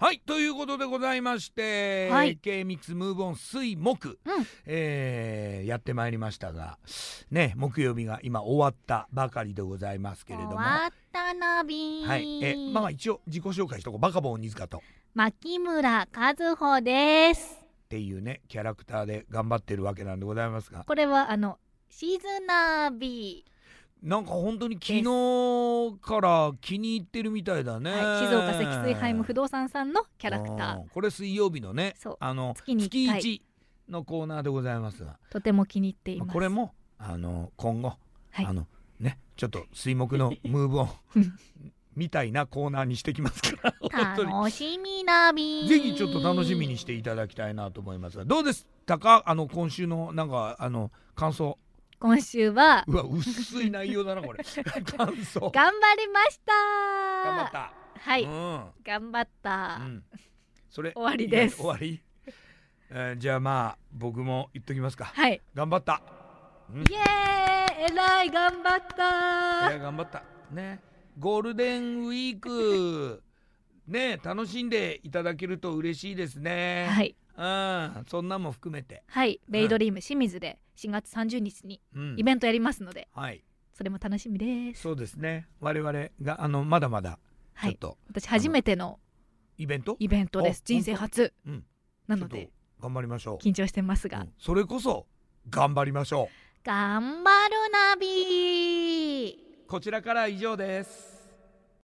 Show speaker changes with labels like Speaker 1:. Speaker 1: はいということでございまして、
Speaker 2: はい
Speaker 1: K ミックスムーブオン水木、
Speaker 2: うん
Speaker 1: えーやってまいりましたがね木曜日が今終わったばかりでございますけれども
Speaker 2: 終
Speaker 1: は
Speaker 2: わったなびー
Speaker 1: いえまあ一応自己紹介しとこうバカボン鬼塚とっ
Speaker 2: 牧村和穂です
Speaker 1: ていうねキャラクターで頑張ってるわけなんでございますが
Speaker 2: これはあのシズナビ
Speaker 1: なんか本当に昨日から気に入ってるみたいだね、
Speaker 2: ー、はい、静岡積水ハイム不動産さんのキャラクター
Speaker 1: うんこれ水曜日のね
Speaker 2: そう
Speaker 1: あの
Speaker 2: 月に一回
Speaker 1: 月1のコーナーでございますが
Speaker 2: とても気に入ってい
Speaker 1: まあ
Speaker 2: ます
Speaker 1: これもあの今後、
Speaker 2: はい
Speaker 1: あのねちょっと水木 のムーブオンみたいなコーナーにしてきますから 本当に
Speaker 2: 楽しみなびー
Speaker 1: ぜひちょっと楽しみにしていただきたいなと思いますがどうですかあの今週のなんかあの感想
Speaker 2: 今週は
Speaker 1: うわ薄い内容だな これ感想
Speaker 2: 頑張りました
Speaker 1: 頑張った、
Speaker 2: はい、
Speaker 1: う
Speaker 2: 頑張った、
Speaker 1: ん、うん、それ
Speaker 2: 終わりです
Speaker 1: 終わり、えーじゃあまあ僕も言っときますか
Speaker 2: はい
Speaker 1: 頑張った
Speaker 2: イエーイえらい頑張っ
Speaker 1: い
Speaker 2: た
Speaker 1: や頑張ったねゴールデンウィークね楽しんでいただけると嬉しいですね
Speaker 2: はい
Speaker 1: うんそんなんも含めて
Speaker 2: はいベイドリーム清水で4月30日に
Speaker 1: うん
Speaker 2: イベントやりますので、
Speaker 1: はい
Speaker 2: それも楽しみです
Speaker 1: そうですね我々があのまだまだちょ
Speaker 2: は
Speaker 1: っ
Speaker 2: い
Speaker 1: と
Speaker 2: 私初めての
Speaker 1: イベント、
Speaker 2: イベントです
Speaker 1: お
Speaker 2: 人生初
Speaker 1: うん
Speaker 2: なので
Speaker 1: ちょっと頑張りましょう
Speaker 2: 緊張してますが、
Speaker 1: うんそれこそ頑張りましょ
Speaker 2: 頑張るナビー
Speaker 1: うこちらからは以上です